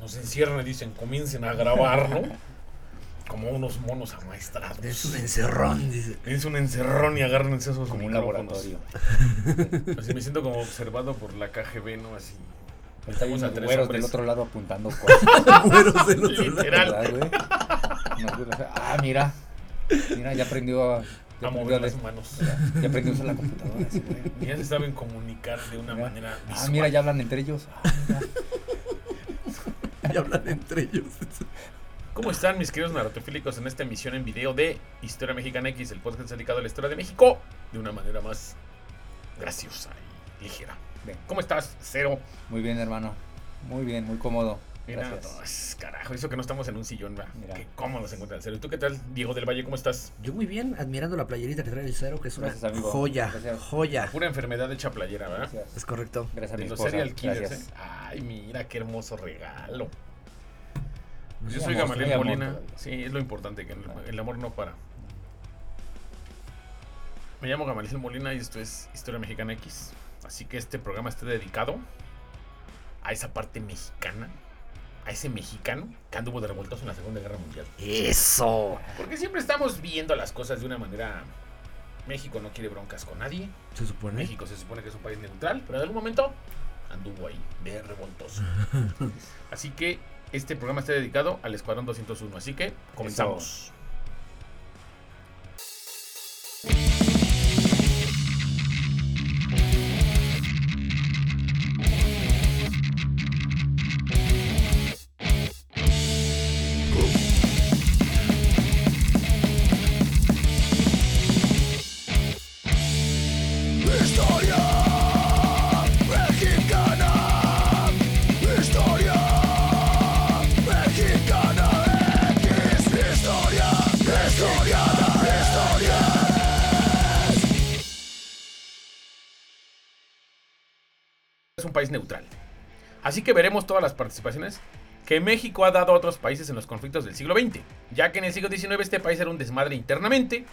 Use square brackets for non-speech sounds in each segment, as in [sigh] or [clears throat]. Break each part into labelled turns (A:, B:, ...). A: Nos encierran y dicen, comiencen a grabarlo.
B: [laughs]
A: Como unos monos amaestrados.
B: Es un encerrón, dice.
A: Es un encerrón y agárrense esos
C: Como un
A: micrófonos.
C: laboratorio.
A: Así me siento como observado por la KGB, ¿no?
B: [laughs]
A: Así.
C: Está
A: Estamos
C: bien
A: a tres
C: güeros
A: hombres.
C: del otro lado
A: [laughs]
C: apuntando cosas.
B: Güeros del otro lado.
A: Literal.
C: ¿verdad, güey? No, güey, o sea, ah, mira. Mira, ya aprendió a. Ya
A: A
C: aprendió,
A: mover
C: a de-
A: las manos.
C: ya aprendió a usar la computadora.
A: [laughs]
C: ese güey.
A: Ya se saben comunicar de una manera
C: Ah,
A: visual.
C: mira, ya hablan entre ellos. Ah, mira.
B: [laughs] Y hablan entre ellos.
A: ¿Cómo están mis queridos narratofílicos en esta emisión en video de Historia Mexicana X, el podcast dedicado a la historia de México de una manera más graciosa y ligera?
C: Bien.
A: ¿Cómo estás, Cero?
C: Muy bien, hermano. Muy bien, muy cómodo.
A: Mira,
C: Gracias.
A: dos, carajo, eso que no estamos en un sillón, va.
C: Mira.
A: Qué cómodo se encuentra el Cero. ¿Y ¿Tú qué tal, Diego del Valle? ¿Cómo estás?
B: Yo muy bien, admirando la playerita que trae el cero, que es una
C: Gracias, amigo.
B: joya,
C: Gracias.
B: joya.
A: Pura enfermedad hecha playera, ¿verdad?
C: Gracias.
B: Es correcto.
C: Gracias a mi
A: De los
C: esposa.
A: serial killers,
C: Gracias.
A: ¿eh? Ay, mira, qué hermoso regalo. Yo
C: Hay
A: soy
C: Pues amor, hay
A: Gamaliel
C: amor
A: Molina.
C: todavía.
A: Sí, es lo importante, que el, el amor no para. Me llamo Gamaliel Molina y esto es Historia Mexicana X. Así que este programa está dedicado a esa parte mexicana, a ese mexicano que anduvo de revueltos en la Segunda Guerra Mundial.
B: Eso.
A: Porque siempre estamos viendo las cosas de una manera... México no quiere broncas con nadie.
B: Se supone.
A: México se supone que es un país neutral, pero en algún momento anduvo ahí, de revoltoso. Así que este programa está dedicado al Escuadrón 201. Así que comenzamos. Es un país neutral. Así que veremos todas las participaciones que México ha dado a otros países en los conflictos del siglo XX, ya que en el siglo XIX este país era un desmadre internamente.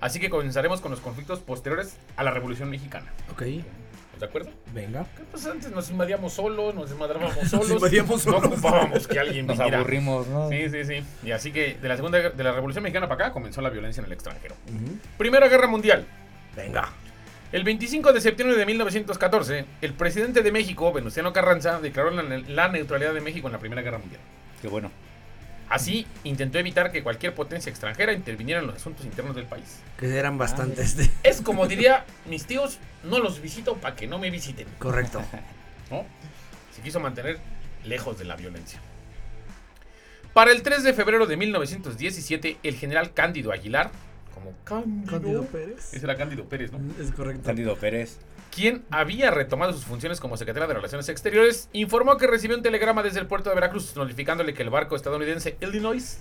A: Así que comenzaremos con los conflictos posteriores a la Revolución Mexicana.
B: Ok,
A: ¿Estás de acuerdo?
B: venga.
A: Que, Pues antes nos invadíamos solos, nos desmadrábamos solos.
B: Nos invadíamos solos.
A: No ocupábamos que alguien
C: [laughs] Nos
A: viniera.
C: aburrimos, ¿no?
A: Sí, sí, sí. Y así que de la segunda de la Revolución Mexicana para acá comenzó la violencia en el extranjero. Primera Guerra Mundial.
B: Venga.
A: El 25 de septiembre de 1914, el presidente de México, Venustiano Carranza, declaró la, ne- la neutralidad de México en la Primera Guerra Mundial.
C: Qué bueno.
A: Así, intentó evitar que cualquier potencia extranjera interviniera en los asuntos internos del país.
B: Que eran bastantes.
A: Es como diría, mis tíos, no los visito para que no me visiten,
B: [laughs] [laughs] Correcto.
A: ¿no? Se quiso mantener lejos de la violencia. Para el 3 de febrero de 1917, el general Cándido Aguilar, como Cándido,
B: Pérez.
A: Ese era Cándido Pérez, ¿no?
B: Es correcto.
C: Cándido Pérez.
A: Quien había retomado sus funciones como secretaria de Relaciones Exteriores, informó que recibió un telegrama desde el puerto de Veracruz notificándole que el barco estadounidense Illinois,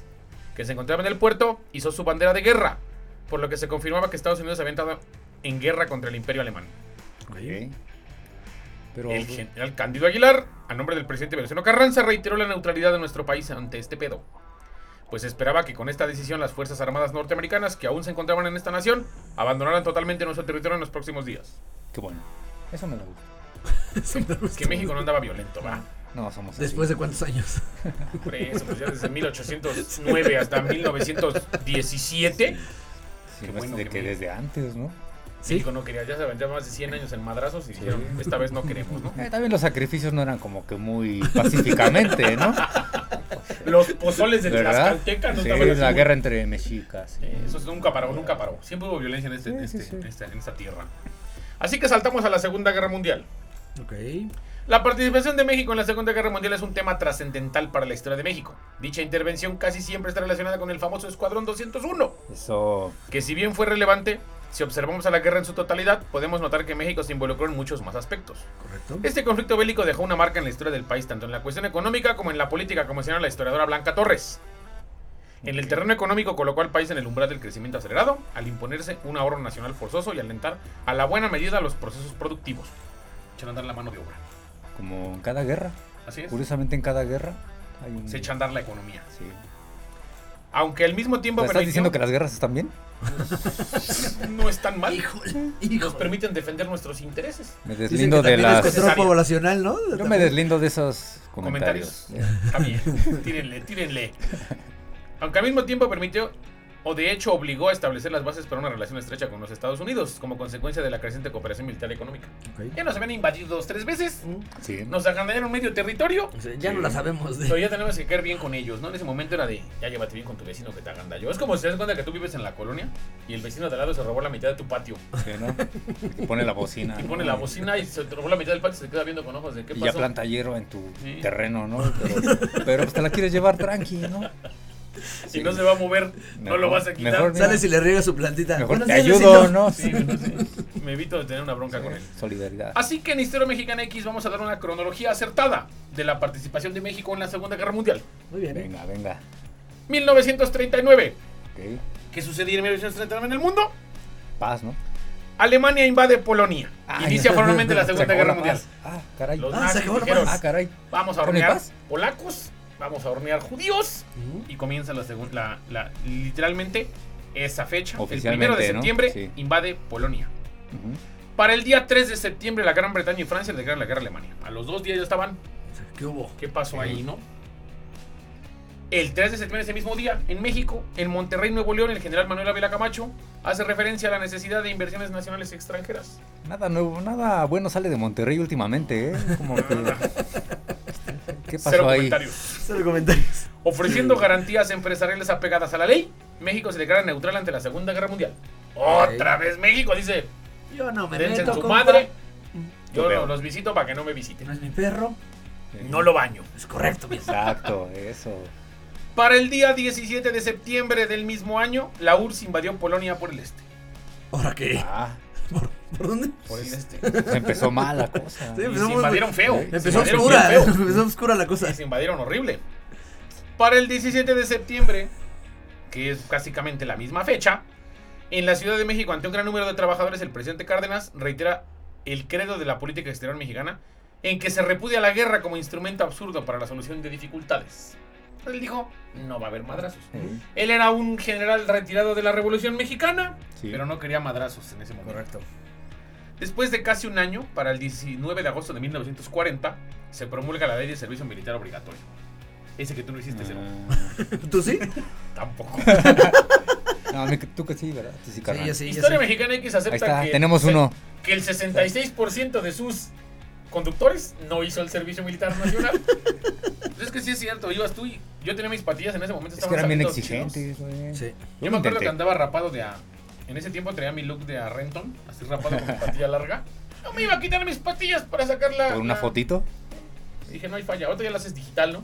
A: que se encontraba en el puerto, hizo su bandera de guerra, por lo que se confirmaba que Estados Unidos había entrado en guerra contra el imperio alemán.
B: [laughs]
C: Ok. Pero.
A: El general Cándido Aguilar, a nombre del presidente Venustiano Carranza, reiteró la neutralidad de nuestro país ante este pedo. Pues esperaba que con esta decisión las Fuerzas Armadas norteamericanas que aún se encontraban en esta nación abandonaran totalmente nuestro territorio en los próximos días.
C: Qué bueno. Eso me lo gusta.
A: Es que México no andaba violento, va.
C: No, somos. así.
B: [laughs] Después de cuántos años.
A: Por eso, pues ya desde 1809 hasta 1917,
C: Sí,
A: Qué
C: no es
A: bueno
C: de
A: que
C: que
A: me-
C: desde antes, ¿no?
A: México no quería, ya se aventaba más de 100 años en madrazos y dijeron, esta vez no queremos, ¿no?
C: Eh, también los sacrificios no eran como que muy pacíficamente,
A: [laughs]
C: ¿no?
A: Los pozoles de
C: ¿Verdad?
A: Tlaxcalteca no
C: sí,
A: estaban así
C: la
A: muy-
C: guerra entre mexicas.
A: Eh, Eso es- nunca paró, nunca paró. Siempre hubo violencia en, este,
C: Sí,
A: en
C: sí,
A: este-
C: sí.
A: en esta, en esta tierra. Así que saltamos a la Segunda Guerra Mundial.
B: Ok.
A: La participación de México en la Segunda Guerra Mundial es un tema trascendental para la historia de México. Dicha intervención casi siempre está relacionada con el famoso Escuadrón 201,
C: Eso.
A: que si bien fue relevante, si observamos a la guerra en su totalidad, podemos notar que México se involucró en muchos más aspectos.
B: Correcto.
A: Este conflicto bélico dejó una marca en la historia del país, tanto en la cuestión económica como en la política, como señala la historiadora Blanca Torres. En el terreno económico colocó al país en el umbral del crecimiento acelerado, al imponerse un ahorro nacional forzoso y alentar a la buena medida los procesos productivos. Echan a andar la mano de obra.
C: Como en cada guerra.
A: Así es.
C: Curiosamente en cada guerra hay un...
A: Se echa a andar la economía.
C: Sí.
A: Aunque al mismo
C: O sea,
A: tiempo
C: ¿Estás
A: permitió-
C: diciendo que las guerras están bien?
A: no es tan mal.
B: hijo.
A: Nos permiten defender nuestros intereses.
C: Me
B: Dicen que
C: deslindo de
B: también es
A: las-
C: las.
B: control poblacional, ¿no?
C: Yo me deslindo de esos
A: Comentarios.
C: comentarios. Eh,
A: Está bien,
C: [laughs]
A: tírenle, tírenle. Aunque al mismo tiempo permitió, o de hecho obligó a establecer las bases para una relación estrecha con los Estados Unidos, como consecuencia de la creciente cooperación militar y económica.
B: Ok.
A: Ya nos habían invadido dos, tres veces,
C: Sí.
A: nos agrandaron medio territorio,
B: O sea, Ya no la sabemos.
A: pero
B: De...
A: ya tenemos que caer bien con ellos, ¿no? En ese momento era de, ya llévate bien con tu vecino que te agandalló. Es como si te das cuenta que tú vives en la colonia y el vecino de al lado se robó la mitad de tu patio.
C: Sí, ¿no? Y pone
A: [laughs]
C: la bocina.
A: Y
C: ¿no?
A: pone la bocina y se robó la mitad del patio y se queda viendo con ojos de qué
C: Y ya
A: pasó.
C: planta hierro en tu
A: Sí.
C: terreno, ¿no? Pero, pero pues te la quieres llevar tranqui, ¿no?
A: Si no se va a mover, no
C: Mejor-
A: lo vas a quitar.
C: mejor
B: Sales y le riega su plantita.
C: Mejor
B: Buenos
C: te
B: días,
C: ayudo,
B: vecino.
C: ¿no?
A: Sí, bueno, sí. Me evito de tener una bronca con él.
C: Solidaridad.
A: Así que en Historia Mexicana X vamos a dar una cronología acertada de la participación de México en la Segunda Guerra Mundial.
B: Muy bien.
C: Venga, venga.
A: 1939.
C: Ok.
A: ¿Qué sucedió en 1939 en el mundo?
C: Paz, ¿no?
A: Alemania invade Polonia.
C: Ah,
A: Inicia
C: ya.
A: formalmente la
C: [laughs] Se
A: Segunda
C: acabó
A: Guerra
C: la
A: Mundial.
C: paz. Ah, caray.
A: Los
B: Ah,
A: nazis
B: se acabó la
A: dijeron,
B: paz.
C: Ah, caray.
A: vamos a
C: ¿Pone
A: hornear
C: paz?
A: polacos, vamos a hornear judíos.
B: Ujú.
A: Y comienza la segunda, la, la- literalmente esa fecha. El
C: Oficialmente,
A: primero de
C: ¿no?
A: septiembre
C: Sí.
A: invade Polonia.
C: Ujú.
A: Para el día 3 de septiembre, la Gran Bretaña y Francia declaran la guerra a Alemania. A los dos días ya estaban.
B: ¿Qué hubo?
A: ¿Qué pasó ahí, no? El 3 de septiembre, ese mismo día, en México, en Monterrey, Nuevo León, el general Manuel Ávila Camacho hace referencia a la necesidad de inversiones nacionales y extranjeras.
C: Nada nuevo, nada bueno sale de Monterrey últimamente, ¿eh? Como que,
A: [laughs]
C: ¿Qué pasó
A: Cero
C: ahí?
A: comentarios.
B: Solo comentarios.
C: [clears throat]
A: Ofreciendo garantías empresariales apegadas a la ley, México se declara neutral ante la Segunda Guerra Mundial. Otra vez México dice,
B: Yo no Pues me
A: dense en
B: meto,
A: su
B: compa.
A: madre, yo
C: Yo veo.
A: no los visito para que no me
B: No
A: visiten.
B: es mi perro.
A: No lo baño.
B: Es correcto, mi
C: Eh, [laughs] Exacto, eso.
A: Para el día 17 de septiembre del mismo año, la URSS invadió Polonia por el este.
B: ¿Ahora qué?
C: Ah,
B: ¿Por, por dónde?
A: Por el este.
C: se empezó mal la cosa.
B: Sí,
A: Y
B: empezó
A: se
B: muy-
A: invadieron feo.
C: Sí.
A: Se
B: Empezó
A: invadieron
B: oscura,
A: bien feo.
B: [laughs] empezó oscura la cosa.
A: Y se invadieron horrible. Para el 17 de septiembre, que es básicamente la misma fecha, en la Ciudad de México, ante un gran número de trabajadores, el presidente Cárdenas reitera el credo de la política exterior mexicana en que se repudia la guerra como instrumento absurdo para la solución de dificultades. Él dijo, no va a haber madrazos.
C: Sí,
A: Él era un general retirado de la Revolución Mexicana,
C: sí.
A: pero no quería madrazos en ese momento.
B: Correcto.
A: Después de casi un año, para el 19 de agosto de 1940, se promulga la ley de servicio militar obligatorio. Ese que tú no hiciste, este Cero.
C: Ah,
B: [laughs] ¿Tú sí?
A: Tampoco.
C: no, me- tú que sí, ¿verdad? Tú sí, carnal.
B: Sí, yo sí. yo
A: Historia
B: sí.
A: Mexicana X
C: Ahí
A: acepta
C: está,
A: que,
C: tenemos
A: se-
C: uno.
A: que el 66% de sus conductores no hizo el servicio militar
C: [laughs]
A: nacional. Pues es que sí es cierto, ibas tú y yo tenía mis patillas en ese momento.
C: Es
A: estaban
C: que eran bien
A: saliendo chidos.
C: exigentes, güey.
B: Sí.
A: Yo me acuerdo que andaba rapado de a... En ese tiempo traía mi look de a Renton, así rapado con patilla larga. No me iba a quitar mis patillas para sacar la...
C: ¿Por una
A: la-
C: fotito?
A: Dije, no hay falla. Ahorita ya las haces digital, ¿no?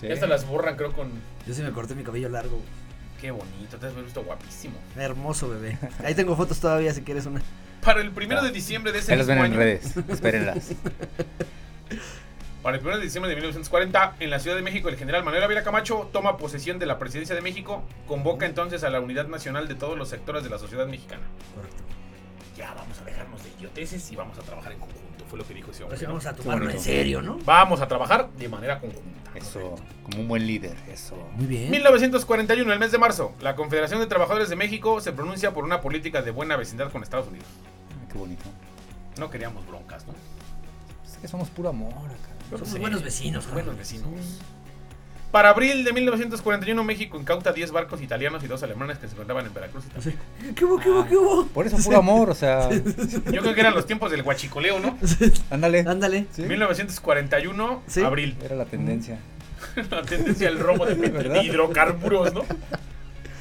C: Sí.
A: Ya hasta las borran, creo, con.
B: Yo sí me corté mi cabello largo.
A: Qué bonito, te has visto guapísimo.
B: Hermoso bebé. Ahí tengo fotos todavía si quieres una.
A: Para el primero de diciembre de ese
C: Ahí las Ah. ven
A: mismo
C: en
A: año. [laughs]
C: redes, espérenlas.
A: Para el primero de diciembre de 1940, en la Ciudad de México, el general Manuel Ávila Camacho toma posesión de la presidencia de México, convoca entonces a la unidad nacional de todos los sectores de la sociedad mexicana.
B: Correcto.
A: Ya vamos a dejarnos de idioteces y vamos a trabajar en conjunto, fue lo que dijo ese hombre.
B: Pues vamos
A: ¿no?
B: a tomarlo en
C: bonito.
B: serio, ¿no?
A: Vamos a trabajar de manera conjunta.
C: Eso, como un buen líder, eso.
B: Muy bien.
A: 1941, el mes de marzo, la Confederación de Trabajadores de México se pronuncia por una política de buena vecindad con Estados Unidos.
C: Qué bonito.
A: No queríamos broncas, ¿no?
C: Es que somos puro amor acá.
B: Somos
A: Sí.
B: buenos vecinos, Juan.
A: Buenos vecinos. Para abril de 1941, México incauta 10 barcos italianos y dos alemanes que se encontraban en Veracruz. y
B: [laughs]
A: Tampico.
B: Sí. ¿Qué hubo, qué hubo, qué hubo?
C: Por
B: [laughs]
C: eso puro amor, o sea,
A: Yo creo que eran los tiempos del guachicoleo, ¿no?
C: ándale.
B: Ándale.
C: Sí,
A: 1941,
B: Sí.
A: abril. [laughs]
C: Era la tendencia.
A: La tendencia al robo
B: [laughs]
A: de, pet-
C: ¿Verdad?
A: de hidrocarburos, ¿no?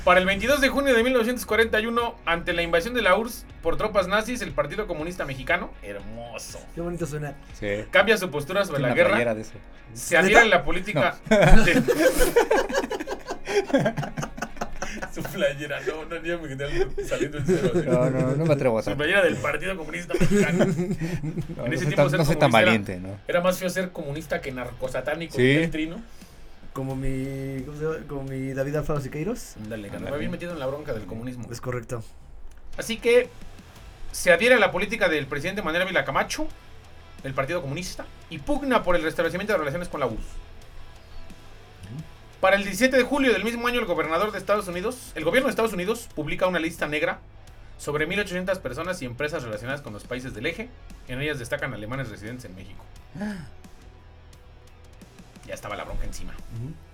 A: Para el 22 de junio de 1941, ante la invasión de la URSS por tropas nazis, el Partido Comunista Mexicano, hermoso,
B: Qué bonito suena.
C: Sí.
A: cambia su postura sobre la
C: Una
A: guerra
C: playera de eso.
A: Se adhiere a la política. [laughs] Su playera, no, no, ni me quedé saliendo el cero. así.
C: No, no, no me atrevo a
A: Su
C: tanto.
A: playera del Partido Comunista Mexicano.
C: No,
A: en
C: no
A: ese
C: soy
A: tiempo
C: tan,
A: ser
C: no soy tan
A: comunista era-
C: valiente, ¿no?
A: Era más feo ser comunista que narcosatánico.
C: Sí.
A: Sí. El trino.
B: Como mi. ¿Cómo se llama? Como mi David Alfaro Siqueiros.
A: Ándale,
C: carnal.
A: me había metido en la bronca del comunismo.
B: Es correcto.
A: Así que se adhiere a la política del presidente Manuel Ávila Camacho, del Partido Comunista, y pugna por el restablecimiento de relaciones con la URSS. Para el 17 de julio del mismo año, el gobernador de Estados Unidos, el gobierno de Estados Unidos publica una lista negra sobre 1.800 personas y empresas relacionadas con los países del eje. En ellas destacan alemanes residentes en México. Ya estaba la bronca encima.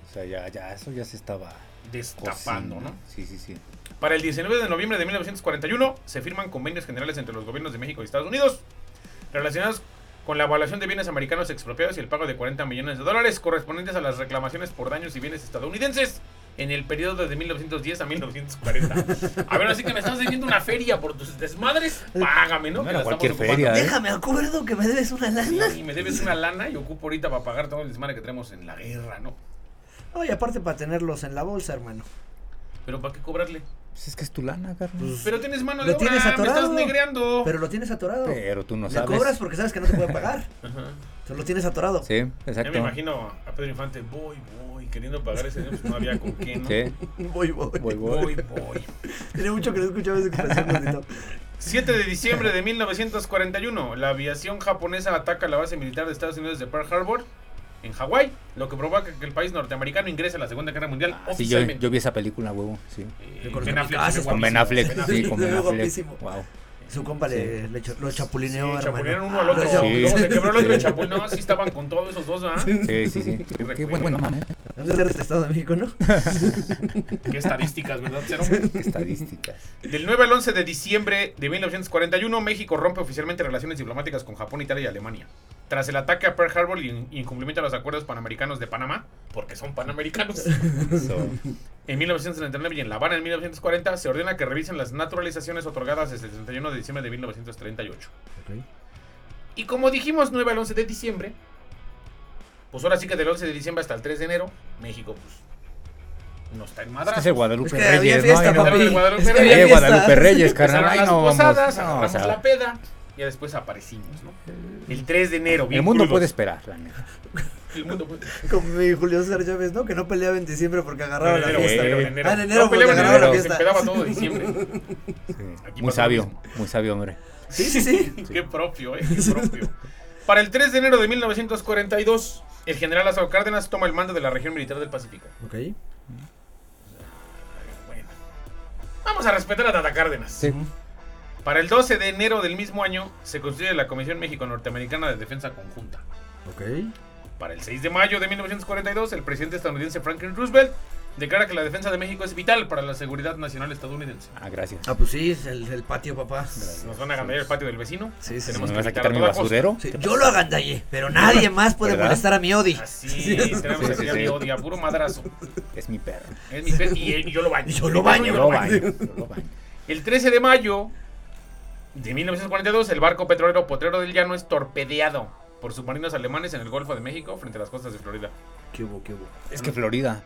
C: O sea, ya, ya, eso ya se estaba
A: Destapando,
C: cociendo.
A: ¿no?
C: Sí, sí, sí.
A: Para el 19 de noviembre de 1941 se firman convenios generales entre los gobiernos de México y Estados Unidos relacionados con la evaluación de bienes americanos expropiados y el pago de 40 millones de dólares correspondientes a las reclamaciones por daños y bienes estadounidenses en el periodo de 1910 a 1940. A ver, así que me estás debiendo una feria por tus desmadres, págame, ¿no?
C: No
A: Que
C: era
A: la estamos
C: cualquier
A: ocupando.
C: feria, ¿eh?
B: Déjame acuerdo que me debes una lana.
A: Sí, Y me debes una lana y ocupo ahorita para pagar todo el desmadre que tenemos en la guerra, ¿no?
B: Oye, aparte para tenerlos en la bolsa, hermano.
A: Pero ¿para qué cobrarle?
C: Pues es que es tu lana, carnal.
B: Pues,
A: Pero tienes mano de
B: Lo
A: obra, me
B: tienes
A: estás
B: atorado.
A: negreando.
B: Pero lo tienes atorado.
C: Pero tú no
B: Le
C: sabes.
B: cobras porque sabes que no te puede pagar.
A: Ajá.
B: Entonces lo tienes atorado.
C: Sí, exacto.
A: Ya me imagino a Pedro Infante, voy, voy, queriendo pagar ese dinero, pues no había con qué, ¿no?
C: Sí,
B: Voy, voy.
A: Voy,
C: voy, voy.
A: voy.
B: Tiene mucho que no escuchaba esa expresión, Rosito.
A: 7 de diciembre de 1941, la aviación japonesa ataca la base militar de Estados Unidos de Pearl Harbor, en Hawái, lo que provoca que el país norteamericano ingrese a la Segunda Guerra Mundial
C: Ah, Sí, yo,
A: oficialmente.
C: yo vi esa película, huevo. Sí.
A: Eh,
B: Yo conozco
A: Ben
B: mi
A: Affleck,
B: casa,
A: guapísimo.
C: Con Ben Affleck.
A: Ben
C: Sí, con Ben Affleck.
B: Guapísimo.
C: Wow.
B: Su compa le, le cho- lo chapulineó,
A: Sí,
B: hermano.
A: chapulinearon uno al otro.
B: Lo
C: Sí.
A: Luego
B: chapulineó.
A: se quebró el
B: [laughs]
A: otro
C: Sí.
A: chapul. No, sí estaban con todos esos dos, ¿verdad?
C: Sí, sí,
A: [laughs]
C: sí. Qué buen, ¿eh? buen mame.
B: ¿Dónde está el Estado de México, no?
A: Qué estadísticas, ¿verdad? Cero. [laughs]
C: Estadísticas.
A: Del 9 al 11 de diciembre de 1941, México rompe oficialmente relaciones diplomáticas con Japón, Italia y Alemania. Tras el ataque a Pearl Harbor y y incumplimiento a los acuerdos panamericanos de Panamá, porque son panamericanos,
C: So,
A: en 1939 y en La Habana en 1940 se ordena que revisen las naturalizaciones otorgadas desde el 31 de diciembre de 1938. Y como dijimos, 9 al 11 de diciembre, pues ahora sí que del 11 de diciembre hasta el 3 de enero, México pues no está en
C: es que
A: madras.
C: es el Guadalupe
B: Es que había
C: Reyes,
B: fiesta,
C: ¿no? Ay, no.
A: Era de
B: papi.
A: Guadalupe
B: Es que
A: Reyes.
B: había
C: Eh,
B: fiesta.
C: Guadalupe Reyes, carnal.
A: Empezaron
C: Ay,
A: las
C: no, vamos.
A: posadas,
C: No, o
A: agarramos
C: sea,
A: la peda y ya después aparecimos, ¿no? El 3 de enero, bien
C: el mundo
A: crudos.
C: puede esperar, la neta.
A: El mundo puede.
B: Como mi Julio César Chávez, ¿no? Que no peleaba en diciembre porque agarraba
A: En
B: la
A: enero,
B: fiesta.
A: en enero, en
B: güey.
A: enero.
B: Ah, en enero
A: no
B: porque
A: peleaban en enero,
B: agarraba la
A: se
B: fiesta.
A: empedaba
B: [laughs]
A: todo diciembre. Aquí pasa
C: Muy
A: lo
C: sabio,
A: mismo.
C: muy sabio, hombre.
B: Sí, sí, sí.
A: Qué propio, ¿eh? Qué propio. Para el 3 de enero de 1942, el general Lázaro Cárdenas toma el mando de la región militar del Pacífico.
B: Ok.
A: Bueno. Vamos a respetar a Tata Cárdenas.
C: Sí.
A: Para el 12 de enero del mismo año, se constituye la Comisión México-Norteamericana de Defensa Conjunta.
B: Ok.
A: Para el 6 de mayo de 1942, el presidente estadounidense Franklin Roosevelt declara que la defensa de México es vital para la seguridad nacional estadounidense.
C: Ah, gracias.
B: Ah, pues sí, es el, el patio, papá.
A: Nos van a ganar el patio del vecino.
B: Sí, sí,
A: Tenemos
C: ¿Me
A: que
C: vas a
A: evitar
C: quitar mi
A: toda costa.
C: basurero?
B: Sí, yo lo agandallé, pero nadie más puede
C: ¿Verdad?
B: molestar a mi Odi.
A: Así,
B: Sí.
A: tenemos
C: Sí,
A: aquí
C: sí,
A: a mi
C: sí.
A: odia, puro madrazo.
C: Es mi perro.
A: Es mi fe- y, él- y yo lo baño.
B: Yo lo
C: [laughs]
B: baño,
C: Yo lo baño, yo lo baño.
A: El 13 de mayo de 1942, el barco petrolero Potrero del Llano es torpedeado por submarinos alemanes en el Golfo de México frente a las costas de Florida.
B: Qué hubo, qué hubo.
C: Es que Florida.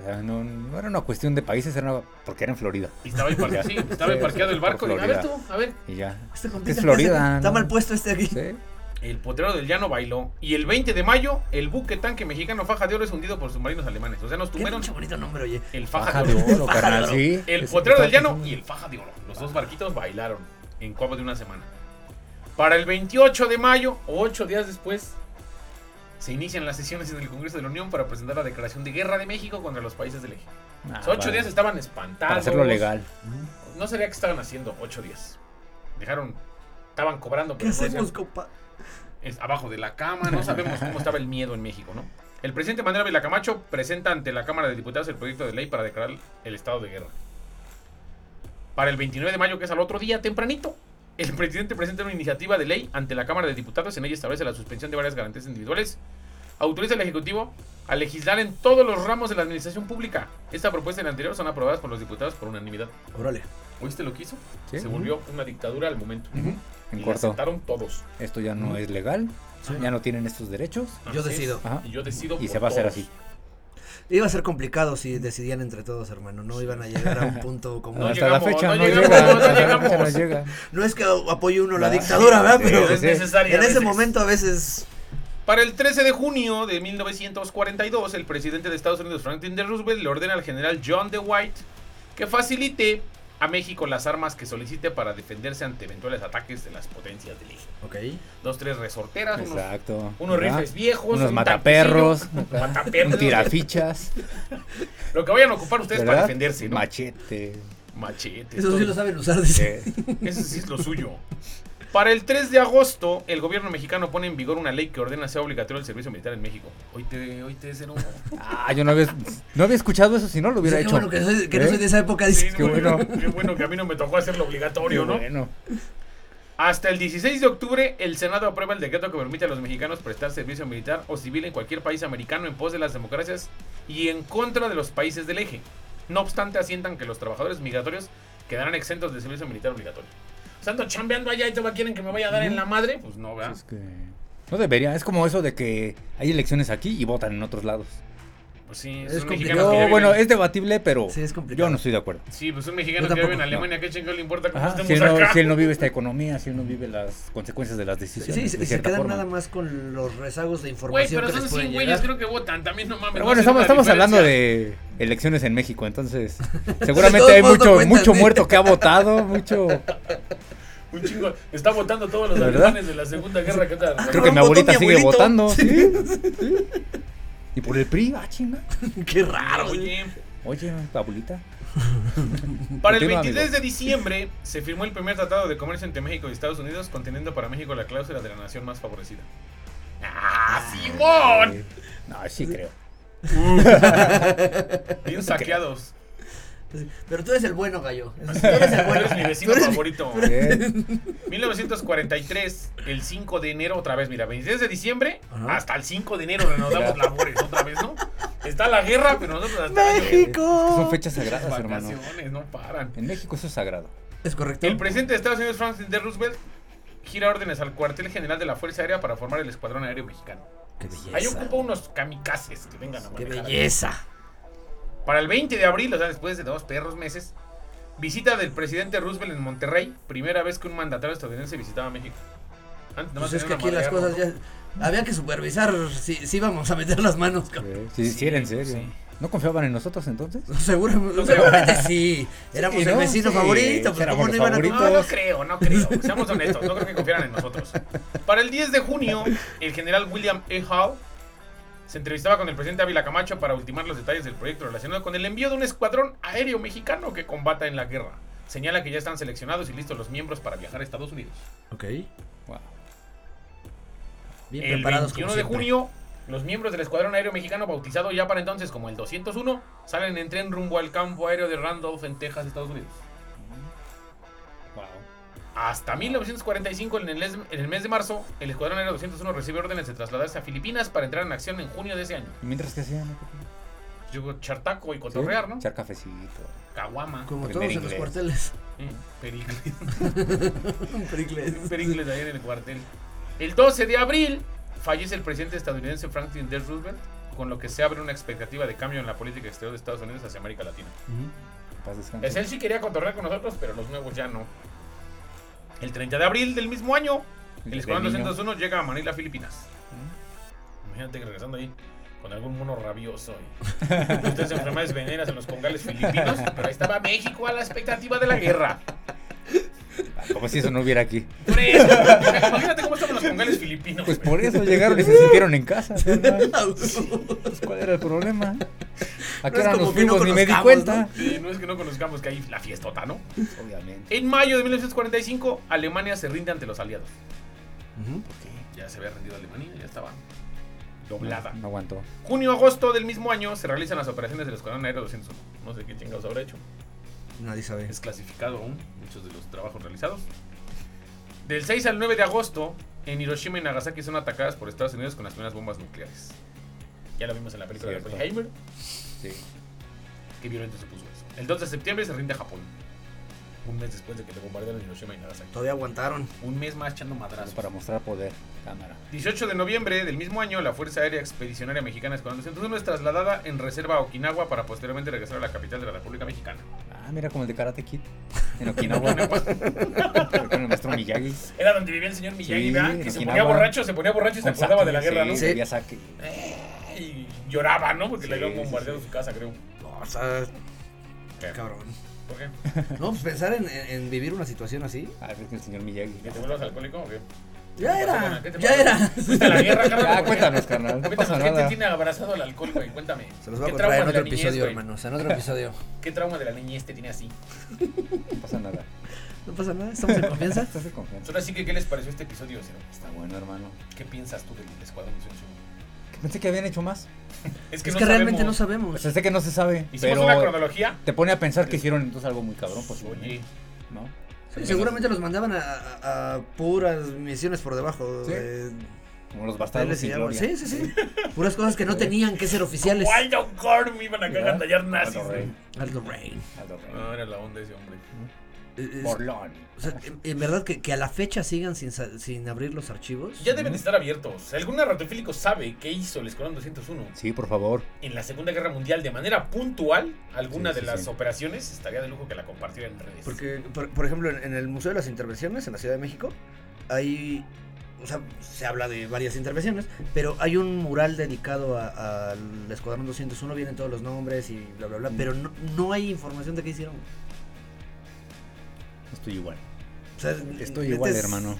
C: o sea, no, no era una cuestión de países, era una- porque era en Florida.
A: Y estaba ahí, par-
C: Ya.
A: sí, estaba ahí
C: Sí,
A: parqueado el
C: por
A: barco. Y, a ver
C: Florida.
A: tú, a ver.
C: Y ya.
B: Este
C: Que
B: compita
C: es
B: que hace-
C: Florida.
B: Está
C: ¿no?
B: mal puesto este aquí.
C: Sí.
A: El potrero del llano bailó. Y el 20 de mayo, el buque tanque mexicano Faja de Oro es hundido por submarinos alemanes. O sea, nos
B: Tiene
A: tumbaron
B: mucho bonito nombre, oye.
A: el Faja,
C: Faja
A: de
C: de
A: Oro.
C: oro,
B: Faja de
C: carnal.
B: oro.
C: Sí.
A: El
C: Es-
A: potrero del llano y el Faja de Oro. Los dos barquitos bailaron en Cuapa de una semana. Para el 28 de mayo, ocho días después, se inician las sesiones en el Congreso de la Unión para presentar la declaración de guerra de México contra los países del eje.
C: Ah,
A: O sea, ocho
C: vale.
A: días estaban
C: Para
A: espantados.
C: hacerlo legal.
A: No sabía qué estaban haciendo ocho días. Dejaron, estaban cobrando.
B: ¿Qué
A: pero no decían-
B: hacemos, compa?
A: es abajo de la cama, no sabemos cómo estaba el miedo en México, ¿no? El presidente Manuel Ávila Camacho presenta ante la Cámara de Diputados el proyecto de ley para declarar el estado de guerra. Para el 29 de mayo, que es al otro día, tempranito, el presidente presenta una iniciativa de ley ante la Cámara de Diputados. En ella establece la suspensión de varias garantías individuales. Autoriza al Ejecutivo a legislar en todos los ramos de la administración pública. Esta propuesta y la anterior son aprobadas por los diputados por unanimidad.
B: Órale.
A: ¿Oíste lo que hizo?
C: Sí.
A: Se volvió una dictadura al momento.
C: Ujú.
A: Y
C: En
A: la
C: corto.
A: aceptaron todos.
C: Esto ya no es legal.
B: Sí.
C: Ya no tienen estos derechos.
B: Yo
A: Así es.
B: decido.
C: Ajá.
A: Y yo decido
C: Y
A: por
C: se va a hacer
A: todos.
C: así.
B: Iba a ser complicado si decidían entre todos, hermano. No iban a llegar a un punto este.
A: No
B: común.
C: Hasta la
A: llegamos,
C: fecha
A: no
C: no
A: llegamos,
C: llega.
A: no
C: Hasta la fecha no
A: llegamos.
C: llega.
B: No es que apoye uno la
C: Sí,
B: dictadura, ¿verdad?
C: sí,
B: Pero
A: es necesaria
B: en
A: a
B: ese
A: veces.
B: momento a veces.
A: Para el 13 de junio de 1942, el presidente de Estados Unidos, Franklin D. Roosevelt, le ordena al general John D. White que facilite a México las armas que solicite para defenderse ante eventuales ataques de las potencias del eje.
B: Ok.
A: Dos, tres resorteras, unos,
C: Exacto.
A: unos
C: ¿verdad?
A: rifles viejos,
C: Unos
A: un [laughs]
C: mataperros,
A: tanquecillo,
C: acá,
A: mataperros.
C: un tirafichas,
A: Lo que vayan a ocupar ustedes para
C: ¿verdad?
A: defenderse, ¿no?
C: Machete.
A: Machete.
B: Eso sí lo saben usar,
C: Eh,
B: dice.
A: Eso sí es lo suyo. Para el 3 de agosto, el gobierno mexicano pone en vigor una ley que ordena sea obligatorio el servicio militar en México. Hoy te, hoy te
C: [laughs]
A: cero.
C: Ah, yo no había, no había escuchado eso, si no lo hubiera
B: Dice, qué
C: hecho.
B: bueno que, soy- que no
C: ¿Eh?
B: soy de esa época, dice.
A: Sí,
C: Qué
A: bueno,
C: bueno.
A: Qué bueno que a mí no me tocó hacerlo obligatorio,
C: Qué
A: ¿no?
C: bueno.
A: Hasta el 16 de octubre, el Senado aprueba el decreto que permite a los mexicanos prestar servicio militar o civil en cualquier país americano en pos de las democracias y en contra de los países del eje. No obstante, asientan que los trabajadores migratorios quedarán exentos del servicio militar obligatorio. O sea, ando chambeando allá y todavía quieren que me vaya a dar en la madre. Pues no, ¿verdad?
C: Es que no debería, es como eso de que hay elecciones aquí y votan en otros lados.
A: Pues sí,
B: Es
A: son mexicanos
B: complicado.
A: que ya
C: Yo,
A: viven-
C: bueno, es debatible, pero
B: Sí, es complicado.
C: yo no estoy de acuerdo.
A: Sí, pues un mexicano
B: Yo
A: que vive en
B: tampoco,
A: Alemania, ¿qué chingón le importa cómo
C: Ajá,
A: estemos
C: si, él no,
A: acá?
C: si él no vive esta economía, si él no vive las consecuencias de las
B: Sí,
C: decisiones.
B: sí,
C: de
B: y se
C: cierta
B: quedan
C: forma.
B: nada más con los rezagos de
A: Güey,
B: información
A: pero
B: que
A: son
B: les puede
A: 100 güeyes,
B: llegar.
A: creo que votan. También no mames. no
C: Pero
A: hace
C: bueno, estamos,
A: una
C: estamos hablando
A: diferencia.
C: de elecciones en México, entonces
B: De
C: seguramente hay
B: todos modos no
C: mucho,
B: cuentan,
C: mucho
B: ¿sí?
C: muerto que ha votado, mucho...
A: Un chingo. Está votando todos los
C: ¿Verdad? Ah,
A: alemanes de la Segunda Guerra. ¿Qué tal?
C: Creo que mi
B: Votó
C: abuelita
B: mi
C: sigue
B: abuelito.
C: votando. ¿sí? sí. Y por el PRI, ah, chinga.
B: [laughs] Qué
A: Ah,
B: raro.
A: Oye,
C: Oye, abuelita.
A: para el 23
C: Continúa, amigo.
A: de diciembre se firmó el primer tratado de comercio entre México y Estados Unidos, conteniendo para México la cláusula de la nación más favorecida. ¡Ah, Simón!
C: Eh, No, sí creo.
A: Bien saqueados.
B: Pero tú eres el
A: [laughs]
B: bueno, gallo. Tú eres el
A: Tú
B: bueno.
A: eres mi vecino
B: Tú eres mi-
A: favorito.
C: Sí.
A: 1943, el 5 de enero, otra vez, mira, 26 de diciembre
B: Ajá.
A: hasta el 5 de enero nos damos labores otra vez, ¿no? Está la guerra, pero nosotros hasta el año-
C: Son
B: México.
C: fechas sagradas, hermano.
A: vacaciones, no paran.
C: En México eso es sagrado.
B: Es correcto.
A: El presidente de Estados Unidos, Franklin D. Roosevelt, gira órdenes al cuartel general de la Fuerza Aérea para formar el Escuadrón Aéreo Mexicano.
B: Qué
A: Ahí
B: belleza.
A: ocupa unos kamikazes que vengan a
B: Qué
A: manejar.
B: belleza.
A: Para el 20 de abril, o sea, después de dos perros meses, visita del presidente Roosevelt en Monterrey, primera vez que un mandatario estadounidense visitaba México. Antes nomás
B: Pues es
A: tenía
B: que aquí
A: una
B: las
A: madreada,
B: cosas ya. Había que supervisar si, si íbamos a meter las manos. cabrón.
C: Sí, Eh, sí,
A: Sí,
C: era en serio.
A: sí.
C: ¿No confiaban en nosotros entonces?
B: [laughs]
C: [laughs]
B: Seguramente, seguramente sí. Éramos
C: Sí,
B: el
C: ¿no?
B: vecino
C: Sí,
B: favorito. Pues,
C: éramos
B: ¿cómo no
C: los
B: iban a
A: ¿no?
C: favoritos.
A: No, no
C: Todos.
A: creo, no creo. Seamos honestos, no creo que confiaran en nosotros. Para el 10 de junio, el general William E. Howe se entrevistaba con el presidente Ávila Camacho para ultimar los detalles del proyecto relacionado con el envío de un escuadrón aéreo mexicano que combata en la guerra. Señala que ya están seleccionados y listos los miembros para viajar a Estados Unidos.
B: Ok.
C: Wow.
B: Bien
A: el
B: preparados.
A: 21 de junio, los miembros del escuadrón aéreo mexicano, bautizado ya para entonces como el 201, salen en tren rumbo al campo aéreo de Randolph en Texas, Estados Unidos.
C: Wow.
A: Hasta 1945, en el, en el mes de marzo, el Escuadrón Aéreo 201 recibe órdenes de trasladarse a Filipinas para entrar en acción en junio de ese año.
C: ¿Y mientras que hacían?
A: Yo digo, chartaco y cotorrear, ¿no?
C: Echar cafecito.
A: Caguama.
B: Como
C: Aprender
B: todos en los
C: inglés.
B: cuarteles. [laughs]
A: Mm, Pericles.
B: Un pericles.
A: Pericles ahí en el cuartel. El 12 de abril, fallece el presidente estadounidense Franklin D. Roosevelt, con lo que se abre una expectativa de cambio en la política exterior de Estados Unidos hacia América Latina.
B: Ujú.
C: Paz descanse.
A: Es él sí quería cotorrear con nosotros, pero los nuevos ya no. El 30 de abril del mismo año, el
C: De
A: Escuadrón
C: niño.
A: 201 llega a Manila, Filipinas. Mm. Imagínate que regresando ahí con algún mono rabioso.
C: [laughs]
A: y Ustedes enfermedades veneras en los congales filipinos, pero ahí estaba México a la expectativa de la guerra.
C: Ah, Como si eso no hubiera aquí.
A: Por eso, imagínate cómo estaban los congales filipinos.
C: Pues
A: güey.
C: por eso llegaron y se sintieron en casa. ¿no?
B: Au.
C: Pues, ¿Cuál era el [laughs] problema? ¿A
B: No
C: qué
B: es
C: hora
B: como
C: nos
B: que no
C: fuimos? Ni me di
B: conozcamos,
C: cuenta.
A: Sí, no es que no conozcamos que hay la fiestota, ¿no?
C: Obviamente.
A: En mayo de 1945, Alemania se rinde ante los aliados. Ya se había rendido Alemania, ya estaba doblada.
C: No aguantó.
A: Junio-agosto del mismo año se realizan las operaciones del Escuadrón Aéreo 201. No sé qué chingados habrá hecho.
B: Nadie sabe.
A: es clasificado aún, muchos de los trabajos realizados. Del 6 al 9 de agosto, en Hiroshima y Nagasaki son atacadas por Estados Unidos con las primeras bombas nucleares. Ya lo vimos en la película de
C: Cierto.
A: Oppenheimer.
C: Sí.
A: Qué violento se puso eso. El 2 de septiembre se rinde a Japón. Un mes después de que le bombardearon Hiroshima y Nagasaki.
B: Todavía aguantaron.
A: Un mes más echando madrazos.
C: Para mostrar poder. Cámara.
A: 18 de noviembre del mismo año, la Fuerza Aérea Expedicionaria Mexicana Escuadrón 201 es trasladada en reserva a Okinawa para posteriormente regresar a la capital de la República Mexicana.
C: Ah, mira como el de Karate Kid. En Okinawa. [laughs] Con el maestro Miyagi.
A: Era donde vivía el señor Miyagi,
C: Sí,
A: ¿verdad? Que
C: en
A: se ponía
C: Okinawa.
A: borracho, se ponía borracho y se
C: Con
A: acordaba
C: Saki,
A: de la guerra, ¿no?
C: sí,
B: Sí.
C: ya saque.
A: Y lloraba, ¿no? Porque le
C: Sí,
A: habían
C: sí,
A: bombardeado
C: sí.
A: su casa, creo.
B: No, o sea,
A: ¿Qué?
B: cabrón.
A: ¿Por qué?
B: No, pues pensar en, en- en vivir una situación así.
C: A ver, Ah, el señor Miyagi.
A: ¿Que te vuelvas alcohólico o qué?
B: Ya
A: ¿Qué te pasa,
B: era,
A: Juana? ¿Qué te
B: ya
A: pasa? [laughs]
B: era.
A: ¿Fuiste a la
B: [laughs]
A: guerra, cabrón?
C: Ya,
A: ¿Por qué?
C: cuéntanos, carnal. No pasa
A: Cuéntanos, ¿qué te
C: nada.
A: tiene abrazado al alcohol, güey? Cuéntame.
B: Se los voy a
A: ¿Qué
B: contar en
A: trauma de la
B: otro
A: niñez,
B: episodio,
A: güey?
B: hermanos. En
A: [laughs]
B: otro episodio.
A: ¿Qué trauma de la niñez te tiene así?
C: No pasa nada.
B: No pasa nada, estamos en [laughs] confianza.
C: Estás de confianza.
A: Pues Ahora sí que, ¿qué les pareció este episodio, Cero?
C: Está bueno, hermano.
A: ¿Qué piensas tú del Escuadrón Suicida?
C: Pensé que habían hecho más.
A: Es
B: Es que realmente no
A: sabemos. Pues
B: sabemos.
C: Pensé que no se sabe.
A: Hicimos
C: Pero
A: una cronología.
C: te pone a pensar que hicieron entonces algo muy cabrón, pues.
A: Oye,
C: ¿No?
B: Sí, Seguramente los mandaban a, a- a puras misiones por debajo.
C: Sí.
B: eh,
C: Como los
B: papeles
C: bastardos
B: y
C: sin
B: algo.
C: gloria.
B: Sí, sí, sí. Puras cosas que no tenían que ser oficiales.
A: Wild Corn iban a
C: ¿Verdad?
A: cagandallar nazis.
C: Aldo Rey.
B: Aldo Rain.
C: Aldo Rey.
A: No, era la onda ese hombre.
B: Eh, es-
C: Borlón.
B: o sea, en- en verdad que, que a la fecha sigan sin, sa- sin abrir los archivos.
A: Ya deben de estar abiertos. Si algún narratofílico sabe qué hizo el Escuadrón 201
C: Sí, por favor.
A: en la Segunda Guerra Mundial de manera puntual, alguna
C: Sí,
A: de
C: sí,
A: las
C: sí.
A: operaciones, estaría de lujo que la compartiera en redes.
B: Porque, por, por ejemplo, en, en el Museo de las Intervenciones en la Ciudad de México, hay. O sea, se habla de varias intervenciones, pero hay un mural dedicado a- al Escuadrón 201, vienen todos los nombres y bla, bla, bla,
C: Mm.
B: pero no, no hay información de qué hicieron.
C: Estoy igual.
B: O sea,
C: Estoy
B: neta
C: igual,
B: Este es-
C: hermano.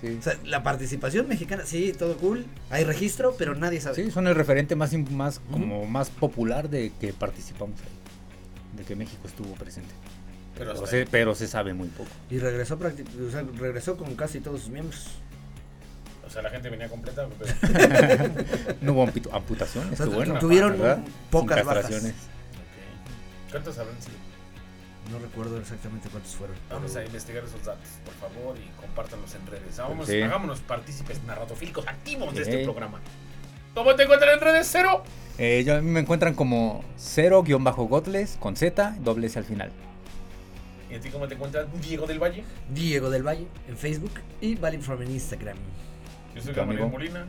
C: Sí.
B: O sea, la participación mexicana, sí, todo cool, hay registro, pero nadie sabe.
C: Sí, son el referente más, im- más, como más popular de que participamos ahí. De que México estuvo presente.
A: Pero
C: Pero
A: hasta
C: se, pero se sabe muy poco. [laughs]
B: Y regresó, practi- o sea, regresó con casi todos sus miembros.
A: ahí. O sea, la gente venía completa. pero-
C: [laughs] No hubo ampitu- amputaciones.
B: O sea,
C: qué bueno,
B: tuvieron
C: ¿verdad?
B: pocas
C: Sin
B: bajas.
C: castraciones.
A: Ok. ¿Cuántos habrán sido?
B: No recuerdo exactamente cuántos fueron.
A: Vamos a
B: pero-
A: investigar esos datos, por favor, y compártanlos en redes. Vamos,
C: Sí.
A: Hagámonos partícipes narratofílicos activos de este
C: Sí.
A: programa. ¿Cómo te encuentran en redes? Cero.
C: Eh, yo, a mí me encuentran como 0-gotles con Z, doble S al final.
A: ¿Y a ti cómo te encuentran? Diego del Valle.
B: Diego del Valle en Facebook y Valin from en Instagram.
A: Yo soy
C: Tu
A: Gamaliel
C: amigo.
A: Molina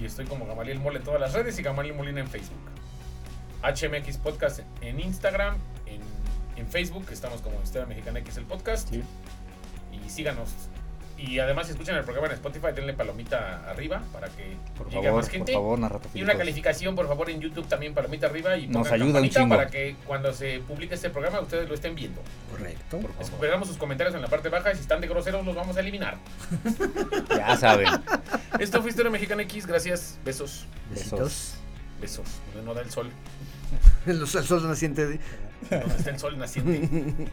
A: y estoy como Gamaliel Mole en todas las redes y Gamaliel Molina en Facebook. HMX Podcast en Instagram, en, en Facebook, que estamos como Historia Mexicana X el podcast.
C: Sí.
A: Y síganos. Y además, si escuchan el programa en Spotify, denle palomita arriba para que
C: Por
A: llegue a
C: favor,
A: más gente.
C: por favor,
A: Y una
C: narratofílicos.
A: calificación, por favor, en YouTube también, palomita arriba y
C: pues. Nos
A: pongan
C: ayuda un
A: campanita
C: chingo.
A: para que cuando se publique este programa ustedes lo estén viendo.
B: Correcto.
C: Por favor.
A: [laughs] Esperamos sus comentarios en la parte baja y si están de groseros los vamos a eliminar.
C: Ya saben.
A: Esto fue Historia Mexicana X, gracias, besos,
B: Besitos.
A: besos. No da el sol,
B: [laughs] Los al sol naciente de-
A: donde está el sol naciente.